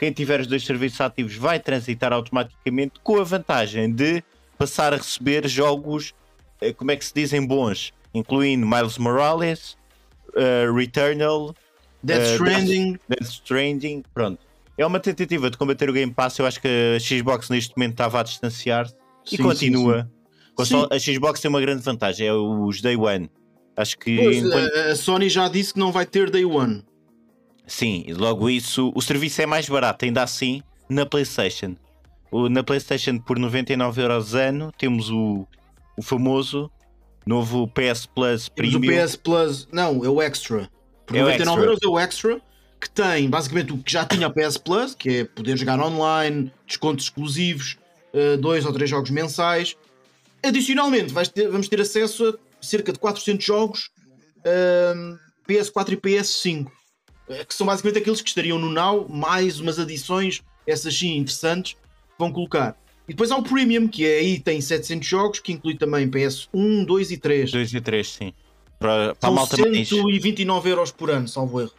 Speaker 2: Quem tiver os dois serviços ativos vai transitar automaticamente com a vantagem de passar a receber jogos, eh, como é que se dizem, bons, incluindo Miles Morales, eh, Returnal,
Speaker 1: Death
Speaker 2: eh,
Speaker 1: Stranding.
Speaker 2: Death Stranding, pronto. É uma tentativa de combater o Game Pass. Eu acho que a Xbox neste momento estava a distanciar-se e
Speaker 1: Sim, sim,
Speaker 2: continua.
Speaker 1: sim.
Speaker 2: Console- a Xbox tem uma grande vantagem, é os Day One. Acho que
Speaker 1: Pois, é.
Speaker 2: enquanto-
Speaker 1: a- a Sony já disse que não vai ter Day One.
Speaker 2: sim, e logo isso, o serviço é mais barato, ainda assim, na PlayStation. O- na PlayStation por 99 euros ano temos o, o famoso novo PS
Speaker 1: Temos
Speaker 2: Plus
Speaker 1: o
Speaker 2: Premium.
Speaker 1: PS Plus, não, é o Extra. Por
Speaker 2: É o
Speaker 1: 99
Speaker 2: Extra.
Speaker 1: euros é o Extra, que tem basicamente o que já tinha o PS Plus, que é poder jogar online, descontos exclusivos, eh, dois ou três jogos mensais. Adicionalmente, vais ter- vamos ter acesso a cerca de 400 jogos ehm, PS4 e PS5, eh, que são basicamente aqueles que estariam no Now, mais umas adições, essas sim interessantes, que vão colocar. E depois há o Premium, que é, aí tem 700 jogos, que inclui também PS1, 2 e 3.
Speaker 2: 2 e 3, sim. Para, para a
Speaker 1: São
Speaker 2: Tá malta mais.
Speaker 1: 129 euros por ano, salvo erro.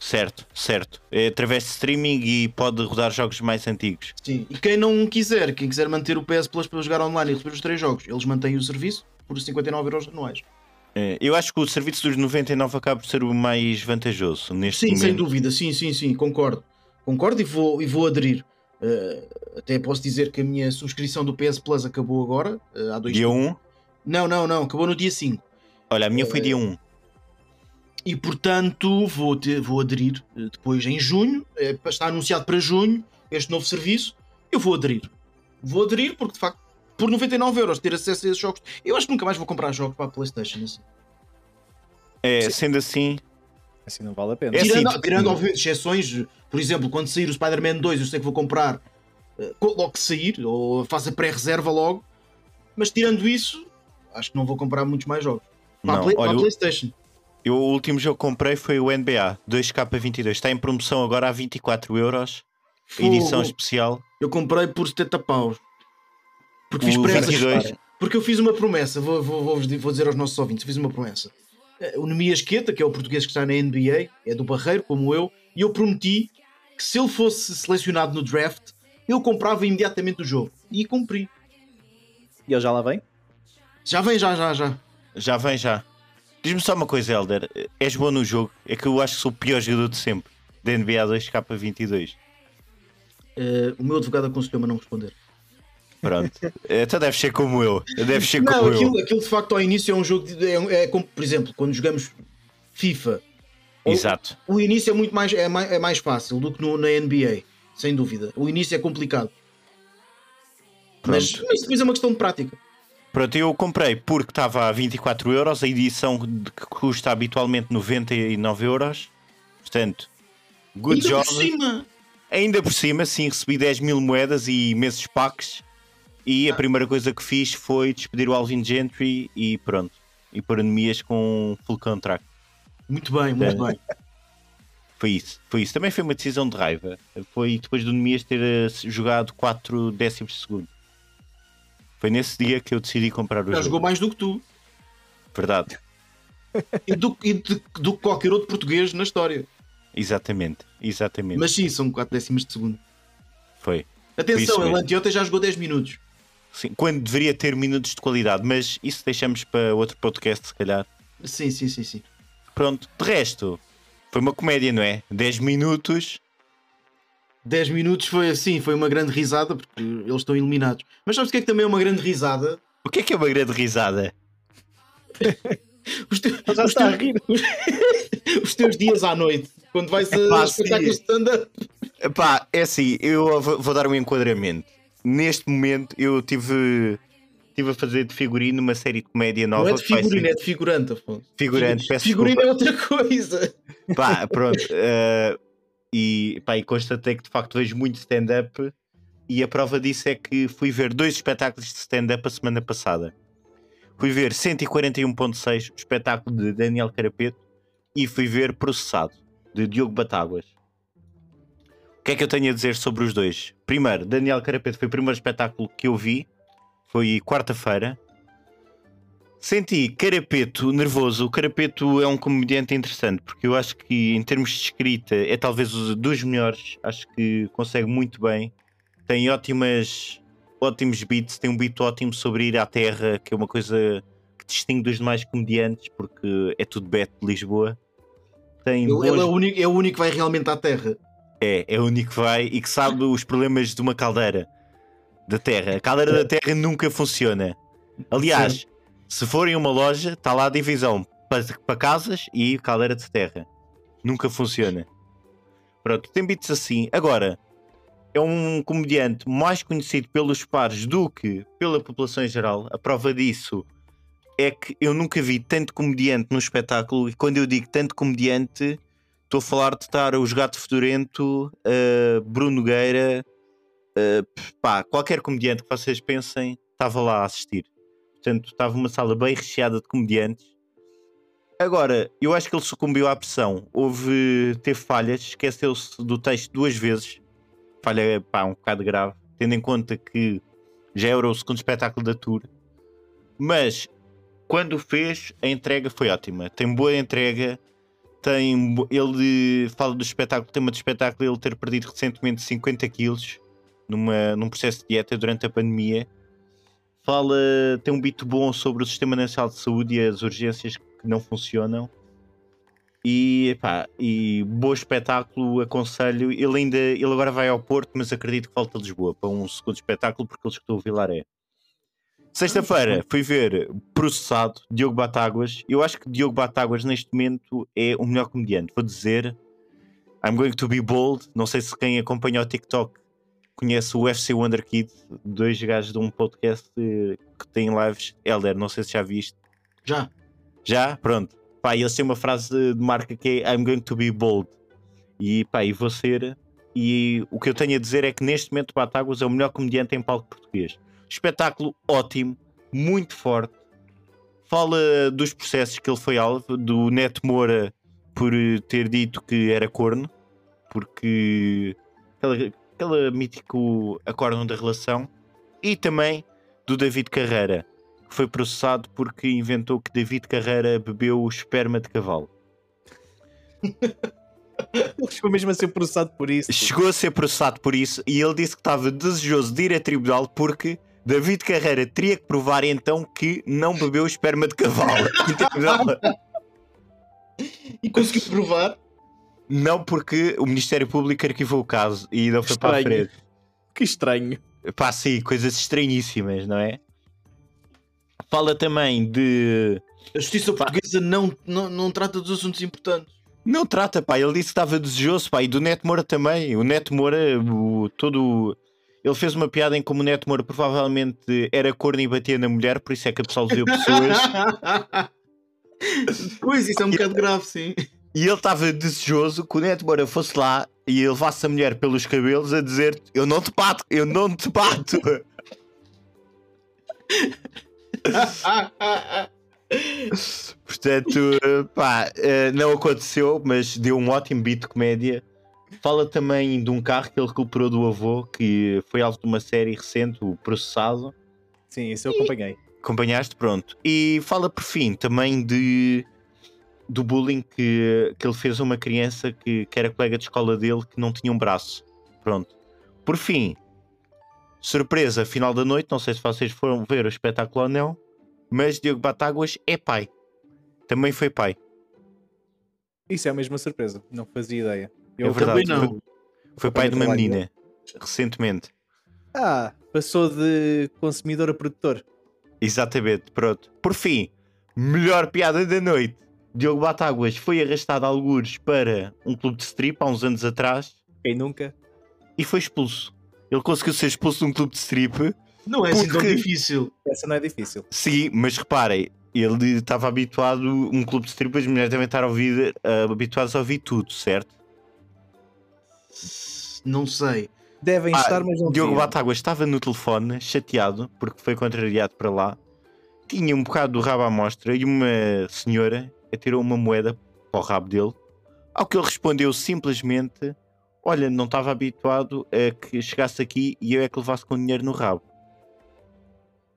Speaker 2: Certo, certo. É através de streaming e pode rodar jogos mais antigos.
Speaker 1: Sim. E quem não quiser, quem quiser manter o PS Plus para jogar online e receber os três jogos, eles mantêm o serviço por 59 euros anuais.
Speaker 2: É, Eu acho que o serviço dos 99 acaba por ser o mais vantajoso neste
Speaker 1: Sim,
Speaker 2: momento.
Speaker 1: sem dúvida, sim, sim, sim, concordo. Concordo e vou, e vou aderir. Eh, até posso dizer que a minha subscrição do PS Plus acabou agora, eh, há dois
Speaker 2: Dia 1.
Speaker 1: Não, não, não, acabou no dia 5.
Speaker 2: Olha, a minha
Speaker 1: É,
Speaker 2: foi dia 1.
Speaker 1: E portanto vou, ter- vou aderir eh, depois em junho, eh, está anunciado para junho este novo serviço, eu vou aderir. Vou aderir porque de facto, por 99 euros ter acesso a esses jogos, eu acho que nunca mais vou comprar jogos para a Playstation. Assim.
Speaker 2: É, sendo assim,
Speaker 3: Assim não vale a pena.
Speaker 2: É assim,
Speaker 1: tirando,
Speaker 2: tipo-
Speaker 1: tirando, obviamente, exceções, por exemplo, quando sair o Spider-Man 2, eu sei que vou comprar eh, co- logo que sair, ou faço a pré-reserva logo, mas tirando isso, acho que não vou comprar muitos mais jogos. Para, a,
Speaker 2: Não,
Speaker 1: Play-
Speaker 2: olha,
Speaker 1: para a
Speaker 2: eu-
Speaker 1: Playstation.
Speaker 2: eu, o último jogo que comprei foi o NBA 2K22. Está em promoção agora a 24 euros. Edição
Speaker 1: Fogo.
Speaker 2: especial.
Speaker 1: Eu comprei por 70 paus. Porque fiz
Speaker 2: O
Speaker 1: promessas.
Speaker 2: 22.
Speaker 1: Porque eu fiz uma promessa, vou, vou, vou, vos di- vou dizer aos nossos ouvintes, eu fiz uma promessa. Eh, O Nemias Queta, que é o português que está na NBA, é do Barreiro, como eu, e eu prometi que se ele fosse selecionado no draft, eu comprava imediatamente o jogo. E cumpri.
Speaker 3: E ele já lá vem?
Speaker 1: Já vem, já, já, já.
Speaker 2: Já vem, já. Diz-me só uma coisa, Helder. És bom no jogo. É que eu acho que sou o pior jogador de sempre. Da NBA 2K22.
Speaker 1: Eh, o meu advogado aconselhou-me a não responder. *laughs*
Speaker 2: Pronto. Até deve ser como eu. Deve ser
Speaker 1: Não,
Speaker 2: como eu.
Speaker 1: aquilo, aquilo de facto ao início é um jogo. de- é, um- é como, por exemplo, quando jogamos FIFA,
Speaker 2: Exato.
Speaker 1: o início é muito mais, é mais, é mais fácil do que no, na NBA, sem dúvida. O início é complicado. Mas,
Speaker 2: Pronto.
Speaker 1: mas depois é uma questão de prática.
Speaker 2: Pronto, eu comprei porque estava a 24 euros, a edição de- que custa habitualmente 99 euros. Portanto, good
Speaker 1: Ainda
Speaker 2: job.
Speaker 1: por cima,
Speaker 2: Ainda por cima, sim, recebi 10 mil moedas e imensos packs. E a primeira coisa que fiz foi despedir o Alvin Gentry e pronto. E pôr anemias com full contract.
Speaker 1: Muito bem, muito
Speaker 2: É.
Speaker 1: bem.
Speaker 2: Foi isso, foi isso. Também foi uma decisão de raiva. Foi depois do Nemias ter eh, jogado 4 décimos de segundo. Foi nesse dia que eu decidi comprar o
Speaker 1: Já jogou
Speaker 2: jogo.
Speaker 1: mais do que tu
Speaker 2: Verdade,
Speaker 1: e do, e de- do que qualquer outro português na história.
Speaker 2: exatamente, exatamente.
Speaker 1: Mas sim, são 4 décimos de segundo.
Speaker 2: Foi. Isso
Speaker 1: Atenção,
Speaker 2: mesmo.
Speaker 1: ele anteontem já jogou 10 minutos.
Speaker 2: Sim, quando deveria ter minutos de qualidade, mas isso deixamos para outro podcast, se calhar.
Speaker 1: Sim, sim, sim, sim.
Speaker 2: Pronto, de resto, foi uma comédia, não é? 10 minutos,
Speaker 1: 10 minutos foi assim, foi uma grande risada, porque eles estão eliminados. Mas sabes o que é que também é uma grande risada?
Speaker 2: O que é que é uma grande risada?
Speaker 1: Os, te-
Speaker 3: Já
Speaker 1: os,
Speaker 3: está a
Speaker 1: teus,
Speaker 3: rir.
Speaker 1: os teus dias à noite, quando vais a
Speaker 2: Epá,
Speaker 1: espetáculos
Speaker 2: sim.
Speaker 1: de stand-up.
Speaker 2: Pá, é assim, eu vou vou dar um enquadramento. Neste momento eu tive, tive a fazer de figurino uma série de comédia nova.
Speaker 1: Não é de
Speaker 2: que vai
Speaker 1: figurino, é
Speaker 2: ser-
Speaker 1: de figurante, Afonso.
Speaker 2: Figurante, peço
Speaker 1: Figurino é outra *laughs* coisa.
Speaker 2: Pá, pronto. eh, e, pá, e constatei que de facto vejo muito stand-up. E a prova disso é que fui ver dois espetáculos de stand-up a semana passada. Fui ver 141.6, o um espetáculo de Daniel Carapeto, e fui ver Processado, de Diogo Batáguas. O que é que eu tenho a dizer sobre os dois? Primeiro, Daniel Carapeto foi o primeiro espetáculo que eu vi, foi quarta-feira. Senti Carapeto nervoso. O Carapeto é um comediante interessante, porque eu acho que, em termos de escrita, é talvez um dos melhores. Acho que consegue muito bem. Tem ótimas, ótimos beats. Tem um beat ótimo sobre ir à terra, que é uma coisa que distingue dos demais comediantes, porque é tudo beto de Lisboa. Tem
Speaker 1: Ele, ele é,
Speaker 2: boas
Speaker 1: o único, é o único que vai realmente à Terra.
Speaker 2: é, é o único que vai e que sabe os problemas de uma caldeira da terra. A caldeira da terra nunca funciona. Aliás, se forem uma loja, está lá a divisão para, para casas e caldeira de terra. Nunca funciona. Pronto, tem bits assim. Agora, é um comediante mais conhecido pelos pares do que pela população em geral. A prova disso é que eu nunca vi tanto comediante num espetáculo. E quando eu digo tanto comediante, estou a falar de estar os Gato Fedorento, eh, Bruno Nogueira, eh, pá, qualquer comediante que vocês pensem, estava lá a assistir. Portanto, estava uma sala bem recheada de comediantes. Agora, eu acho que ele sucumbiu à pressão. Houve, teve falhas, esqueceu-se do texto duas vezes. Falha, pá, um bocado grave, tendo em conta que já era o segundo espetáculo da tour. Mas, quando o fez, a entrega foi ótima. Tem boa entrega, tem, ele fala do espetáculo, tema do espetáculo, é ele ter perdido recentemente 50 quilos numa, num processo de dieta durante a pandemia. Fala, tem um bito bom sobre o Sistema Nacional de Saúde e as urgências que não funcionam. E, epá, e bom espetáculo, aconselho. Ele ainda ele agora vai ao Porto, mas acredito que volta a Lisboa para um segundo espetáculo, porque ele escutou o Vilaré. Sexta-feira fui ver Processado, Diogo Batáguas. Eu acho que Diogo Batáguas, neste momento, é o melhor comediante. Vou dizer, I'm going to be bold. Não sei se quem acompanha o TikTok conhece o UFC Wonder Kid, dois gajos de um podcast eh, que tem lives. Elder, não sei se já viste.
Speaker 1: Já.
Speaker 2: Já? Pronto. Pá, eles têm uma frase de marca que é I'm going to be bold. E pá, e vou ser. E o que eu tenho a dizer é que neste momento o Batáguas é o melhor comediante em palco português. Espetáculo ótimo, muito forte. Fala dos processos que ele foi alvo, do Neto Moura por eh, ter dito que era corno, porque aquela, aquela mítico acórdão da relação. E também do David Carreira, que foi processado porque inventou que David Carreira bebeu o esperma de cavalo.
Speaker 3: Ficou mesmo a ser processado por isso.
Speaker 2: Chegou a ser processado por isso e ele disse que estava desejoso de ir a tribunal porque David Carreira teria que provar então que não bebeu o esperma de cavalo.
Speaker 1: E conseguiu provar.
Speaker 2: não porque o Ministério Público arquivou o caso e não foi para a
Speaker 3: Estranho.
Speaker 2: frente.
Speaker 3: Que estranho.
Speaker 2: Pá, sim, coisas estranhíssimas, não é? Fala também de.
Speaker 1: A justiça portuguesa não, não, não trata dos assuntos importantes.
Speaker 2: Não trata, pá, ele disse que estava desejoso, pá, e do Neto Moura também. O Neto Moura, o- todo. Ele fez uma piada em como o Neto Moura provavelmente era corno e batia na mulher, por isso é que absolveu pessoas.
Speaker 1: *laughs* pois, isso é um bocado grave, *laughs* sim.
Speaker 2: E ele estava desejoso que o Neto Moura fosse lá e ele levasse a mulher pelos cabelos a dizer Eu não te bato, eu não te bato. *laughs* Portanto, eh, pá, eh, não aconteceu, mas deu um ótimo beat de comédia. Fala também de um carro que ele recuperou do avô, que foi alvo de uma série recente, o Processado.
Speaker 3: Sim, isso eu acompanhei.
Speaker 2: acompanhaste, pronto. E fala por fim também de do bullying que, que ele fez a uma criança que, que era colega de escola dele que não tinha um braço. Pronto. Por fim, surpresa, final da noite, não sei se vocês foram ver o espetáculo ou não, mas Diogo Batáguas é pai. Também foi pai.
Speaker 3: Isso é mesmo uma surpresa. Não fazia ideia. Eu
Speaker 2: é verdade.
Speaker 1: também não.
Speaker 2: Foi, foi pai de uma
Speaker 3: Acompanho o
Speaker 2: menina, recentemente.
Speaker 3: Ah, passou de consumidor a produtor.
Speaker 2: Exatamente, pronto. Por fim, melhor piada da noite. Diogo Batáguas foi arrastado a algures para um clube de strip há uns anos atrás
Speaker 3: Quem nunca?
Speaker 2: e foi expulso. Ele conseguiu ser expulso de um clube de strip,
Speaker 1: Não é assim tão
Speaker 2: Porque-
Speaker 1: difícil.
Speaker 3: Essa não é difícil.
Speaker 2: sim, mas reparem, ele estava habituado, um clube de strip, as mulheres devem estar a ouvir, ah, habituadas a ouvir tudo, certo?
Speaker 1: Não sei.
Speaker 3: Devem
Speaker 2: Ah,
Speaker 3: estar, mas não
Speaker 2: Diogo
Speaker 3: deviam.
Speaker 2: Batáguas estava no telefone, chateado, porque foi contrariado para lá. Tinha um bocado do rabo à mostra e uma senhora atirou uma moeda para o rabo dele. Ao que ele respondeu simplesmente: Olha, não estava habituado a que chegasse aqui e eu é que levasse com o dinheiro no rabo.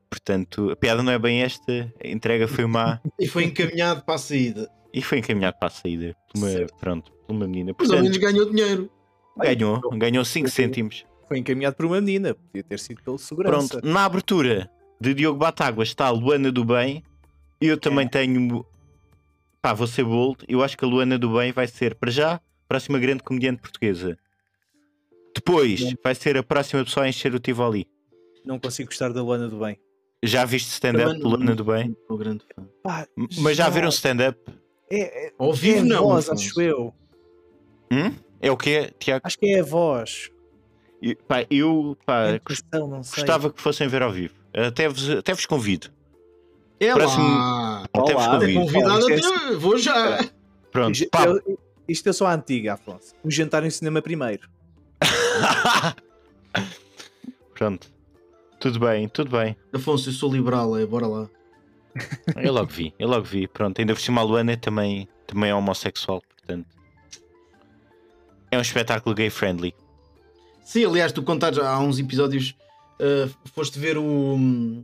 Speaker 2: Portanto, a piada não é bem esta, a entrega foi má
Speaker 1: E foi encaminhado para a saída.
Speaker 2: e foi encaminhado para a saída por uma,
Speaker 3: Certo.
Speaker 2: pronto, por uma menina.
Speaker 1: Mas ao menos
Speaker 2: Portanto,
Speaker 1: ganhou dinheiro.
Speaker 2: ganhou, ganhou 5 cêntimos.
Speaker 3: Foi encaminhado por uma menina. Podia ter sido pelo segurança.
Speaker 2: Pronto, na abertura de Diogo Batáguas está a Luana do Bem. Eu também tenho. Pá, vou ser bold. Eu acho que a Luana do Bem vai ser, para já, a próxima grande comediante portuguesa. Depois vai ser a próxima pessoa a encher o Tivoli.
Speaker 3: Não consigo gostar da Luana do Bem.
Speaker 2: Já viste stand-up
Speaker 1: Também
Speaker 2: do
Speaker 1: não-
Speaker 2: Luana do
Speaker 1: não
Speaker 2: Bem?
Speaker 1: é um sou grande fã.
Speaker 3: Pá,
Speaker 2: Mas já viram stand-up?
Speaker 3: É, é,
Speaker 1: Ao
Speaker 3: é
Speaker 1: vivo,
Speaker 3: a
Speaker 1: não.
Speaker 3: voz,
Speaker 1: Afonso.
Speaker 3: acho eu.
Speaker 2: Hum? É o quê, Tiago?
Speaker 3: Acho que é a voz.
Speaker 2: E, Pá, Ah, eu
Speaker 3: A
Speaker 2: pá, gost-
Speaker 3: impressão, não sei.
Speaker 2: gostava que fossem ver ao vivo. Até vos, até vos convido.
Speaker 1: É lá.
Speaker 2: Próximo- Até vos
Speaker 3: Olá,
Speaker 1: Até
Speaker 2: convido.
Speaker 1: convidado,
Speaker 3: Olha, isto
Speaker 1: até vou já.
Speaker 2: Pronto,
Speaker 3: Isto-
Speaker 2: pá,
Speaker 3: eu- Isto eu sou a antiga, Afonso. O jantar no cinema primeiro.
Speaker 2: *laughs* Pronto. Tudo bem, tudo bem.
Speaker 1: Afonso, eu sou liberal, é, bora lá.
Speaker 2: Eu logo vi, eu logo vi. Pronto, ainda por cima a Luana também, também é homossexual, portanto. É um espetáculo gay friendly.
Speaker 1: Sim, aliás, tu contaste há uns episódios, ah, foste ver o, um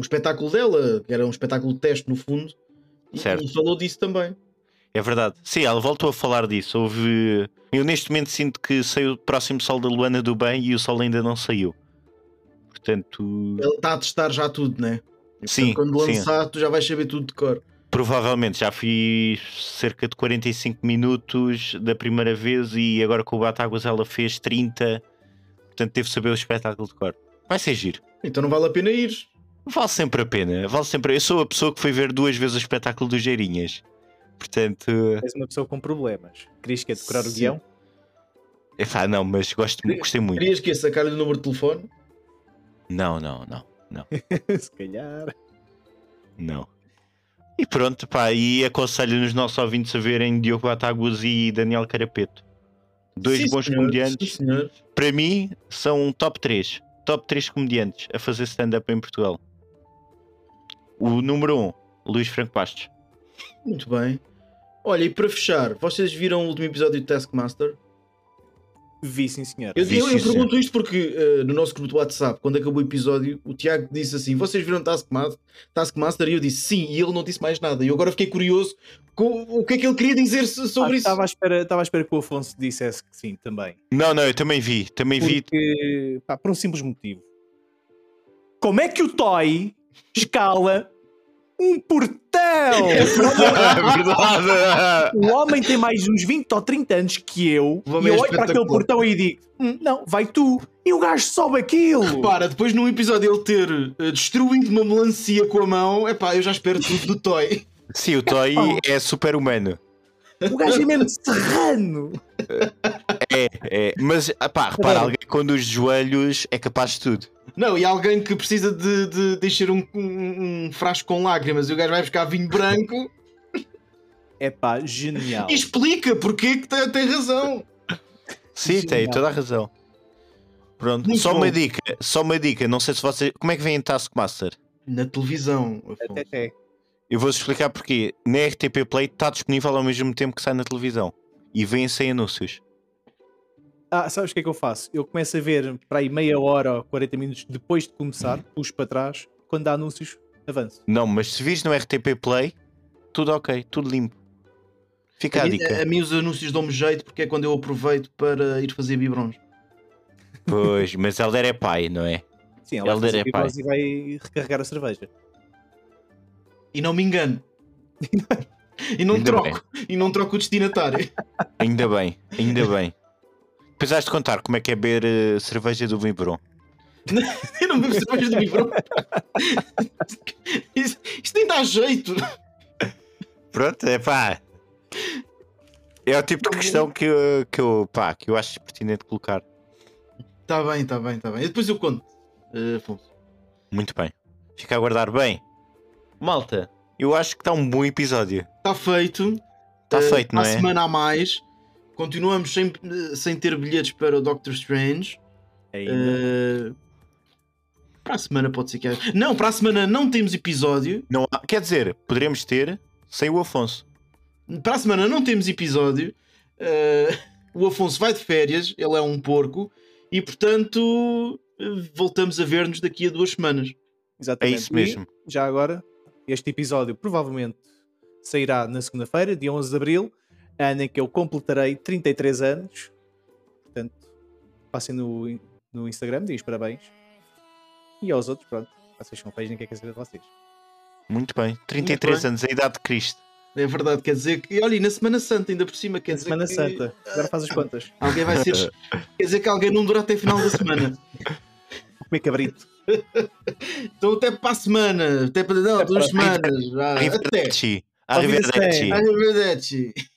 Speaker 1: espetáculo dela, que era um espetáculo de teste, no fundo, e-
Speaker 2: Certo.
Speaker 1: e falou disso também.
Speaker 2: É verdade. Sim, ela voltou a falar disso. Houve. Eu neste momento sinto que saiu o próximo sol da Luana do bem e o sol ainda não saiu. Portanto,
Speaker 1: Ele está a testar já tudo, né? E,
Speaker 2: Sim,
Speaker 1: quando
Speaker 2: sim.
Speaker 1: lançar, tu já vais saber tudo de cor.
Speaker 2: provavelmente já fiz cerca de 45 minutos da primeira vez e agora com o Batáguas ela fez 30. Portanto, devo saber o espetáculo de cor. Vai ser giro.
Speaker 1: Então não vale a pena ir.
Speaker 2: Vale sempre a pena, vale sempre. Eu sou a pessoa que foi ver duas vezes o espetáculo dos Geirinhas. Portanto,
Speaker 3: És uma pessoa com problemas. Querias que é decorar o
Speaker 2: É. Sim.
Speaker 3: guião? *laughs*
Speaker 2: epá, não, mas gosto, gostei muito.
Speaker 1: Querias que sacar-lhe o número de telefone?
Speaker 2: Não, não, não,
Speaker 3: Se calhar.
Speaker 2: não. E pronto, pá, e aconselho nos nossos ouvintes a verem Diogo Batáguas e Daniel Carapeto. Dois
Speaker 1: Sim,
Speaker 2: bons
Speaker 1: senhor.
Speaker 2: comediantes.
Speaker 1: Sim, senhor.
Speaker 2: Para mim, são um top 3. Top 3 comediantes a fazer stand-up em Portugal. O número 1, um, Luís Franco Bastos.
Speaker 1: Muito bem. Olha, e para fechar, vocês viram o último episódio de Taskmaster?
Speaker 3: Vi, sim, senhor.
Speaker 1: Eu, eu- eu
Speaker 2: Vixe,
Speaker 1: pergunto isto porque eh, no nosso grupo do WhatsApp, quando acabou o episódio, o Tiago disse assim: Vocês viram Taskmaster? Taskmaster? E eu disse sim, e ele não disse mais nada. E eu agora fiquei curioso com o que é que ele queria dizer so- sobre isso.
Speaker 3: Estava à, espera, estava à espera que o Afonso dissesse que sim também.
Speaker 2: Não, não, eu também vi, também
Speaker 1: *laughs*
Speaker 2: vi. *laughs*
Speaker 3: Porque, pá, por um simples motivo. Como é que o Toy escala um portão?
Speaker 2: É Verdade!
Speaker 3: O homem tem mais uns 20 ou 30 anos que eu.
Speaker 1: O homem
Speaker 3: e eu
Speaker 1: é
Speaker 3: olho para aquele
Speaker 1: espetacular.
Speaker 3: portão e digo: "Hum, Não, vai tu. E o gajo
Speaker 1: *laughs*
Speaker 3: sobe aquilo.
Speaker 1: Para, depois num episódio ele ter eh, destruído uma melancia com a mão, epá, eu já espero tudo do Toy.
Speaker 2: Sim, o Toy é super humano.
Speaker 3: O gajo é mesmo serrano.
Speaker 2: É, mas, ah pá, repara, alguém que conduz de joelhos é capaz de tudo.
Speaker 1: *laughs* Não, e alguém que precisa de, de, de encher um, um- um frasco com lágrimas e o gajo vai buscar vinho branco
Speaker 3: É pá, genial.
Speaker 1: e explica porque é que tem, tem razão.
Speaker 2: Sim,
Speaker 3: Sim,
Speaker 2: tem
Speaker 3: não.
Speaker 2: toda a razão. Pronto,
Speaker 1: Muito
Speaker 2: só
Speaker 1: bom.
Speaker 2: uma dica, só uma dica. Não sei se vocês. Como é que vem em Taskmaster?
Speaker 1: Na televisão,
Speaker 3: Até,
Speaker 1: Afonso.
Speaker 3: até.
Speaker 2: Eu vou-vos explicar porquê. Na RTP Play está disponível ao mesmo tempo que sai na televisão. E vem sem anúncios.
Speaker 3: Ah, sabes o que é que eu faço? Eu começo a ver para aí meia hora ou 40 minutos depois de começar, puxo para trás, quando há anúncios, avanço.
Speaker 2: Não, mas se vires no RTP Play, tudo ok, tudo limpo. Fica
Speaker 1: A
Speaker 2: a
Speaker 1: mim- A,
Speaker 2: dica.
Speaker 1: mim os anúncios dão-me jeito porque é quando eu aproveito para ir fazer biberons.
Speaker 2: Pois, mas Helder é pai, não é?
Speaker 3: Sim, ela
Speaker 2: Elder
Speaker 3: vai fazer
Speaker 2: é pai.
Speaker 3: bigose e vai recarregar a cerveja.
Speaker 1: E não me engano. e não
Speaker 2: Ainda
Speaker 1: troco. E não troco o
Speaker 2: *laughs*
Speaker 1: destinatário.
Speaker 2: Ainda bem, ainda bem. Depois has de contar como é que é beber eh, cerveja do Vibron.
Speaker 1: eu *laughs* não bebo cerveja de biberon. isso, isto nem dá jeito.
Speaker 2: Pronto, é pá. É o tipo de questão que, eu- que, eu, pá, que eu acho pertinente colocar.
Speaker 1: Está Tá bem, está bem, está bem. Depois eu conto. eh, Afonso.
Speaker 2: Muito bem. Fica a aguardar bem. Malta, eu acho que está um bom episódio.
Speaker 1: Está Tá feito.
Speaker 2: Está
Speaker 1: Eh,
Speaker 2: feito, não
Speaker 1: há
Speaker 2: é?
Speaker 1: semana a mais. Continuamos sem, eh, sem ter bilhetes para o Doctor Strange.
Speaker 3: Ainda.
Speaker 1: Eh, para a semana pode ser que haja. Não, para a semana não temos episódio.
Speaker 2: Não há- Quer dizer, poderíamos ter sem o Afonso.
Speaker 1: Para a semana não temos episódio. Eh, o Afonso vai de férias, ele é um porco, e portanto eh, voltamos a ver-nos daqui a duas semanas.
Speaker 2: É
Speaker 3: Exatamente.
Speaker 2: isso mesmo.
Speaker 3: E, já agora, este episódio provavelmente sairá na segunda-feira, dia 11 de abril, ano em que eu completarei 33 anos. Portanto, passem no, no Instagram, deem os parabéns. E aos outros, pronto, vocês são feios, ninguém quer saber de vocês.
Speaker 2: Muito bem. 33
Speaker 1: Muito bem.
Speaker 2: anos, a idade de Cristo.
Speaker 1: É verdade, quer dizer que. Olha, e na Semana Santa, ainda por cima, quer
Speaker 3: Na
Speaker 1: dizer
Speaker 3: Semana
Speaker 1: que
Speaker 3: Santa, agora faz as contas.
Speaker 1: alguém vai ser. quer dizer que alguém não durou até a final da semana.
Speaker 3: Comer cabrito.
Speaker 1: Então até para a semana, até para. Não, duas
Speaker 3: para
Speaker 1: semanas. vá, Ah, Até.
Speaker 2: Arrivederci.
Speaker 3: Ao vivo
Speaker 2: Arrivederci.
Speaker 3: sem.
Speaker 1: Arrivederci.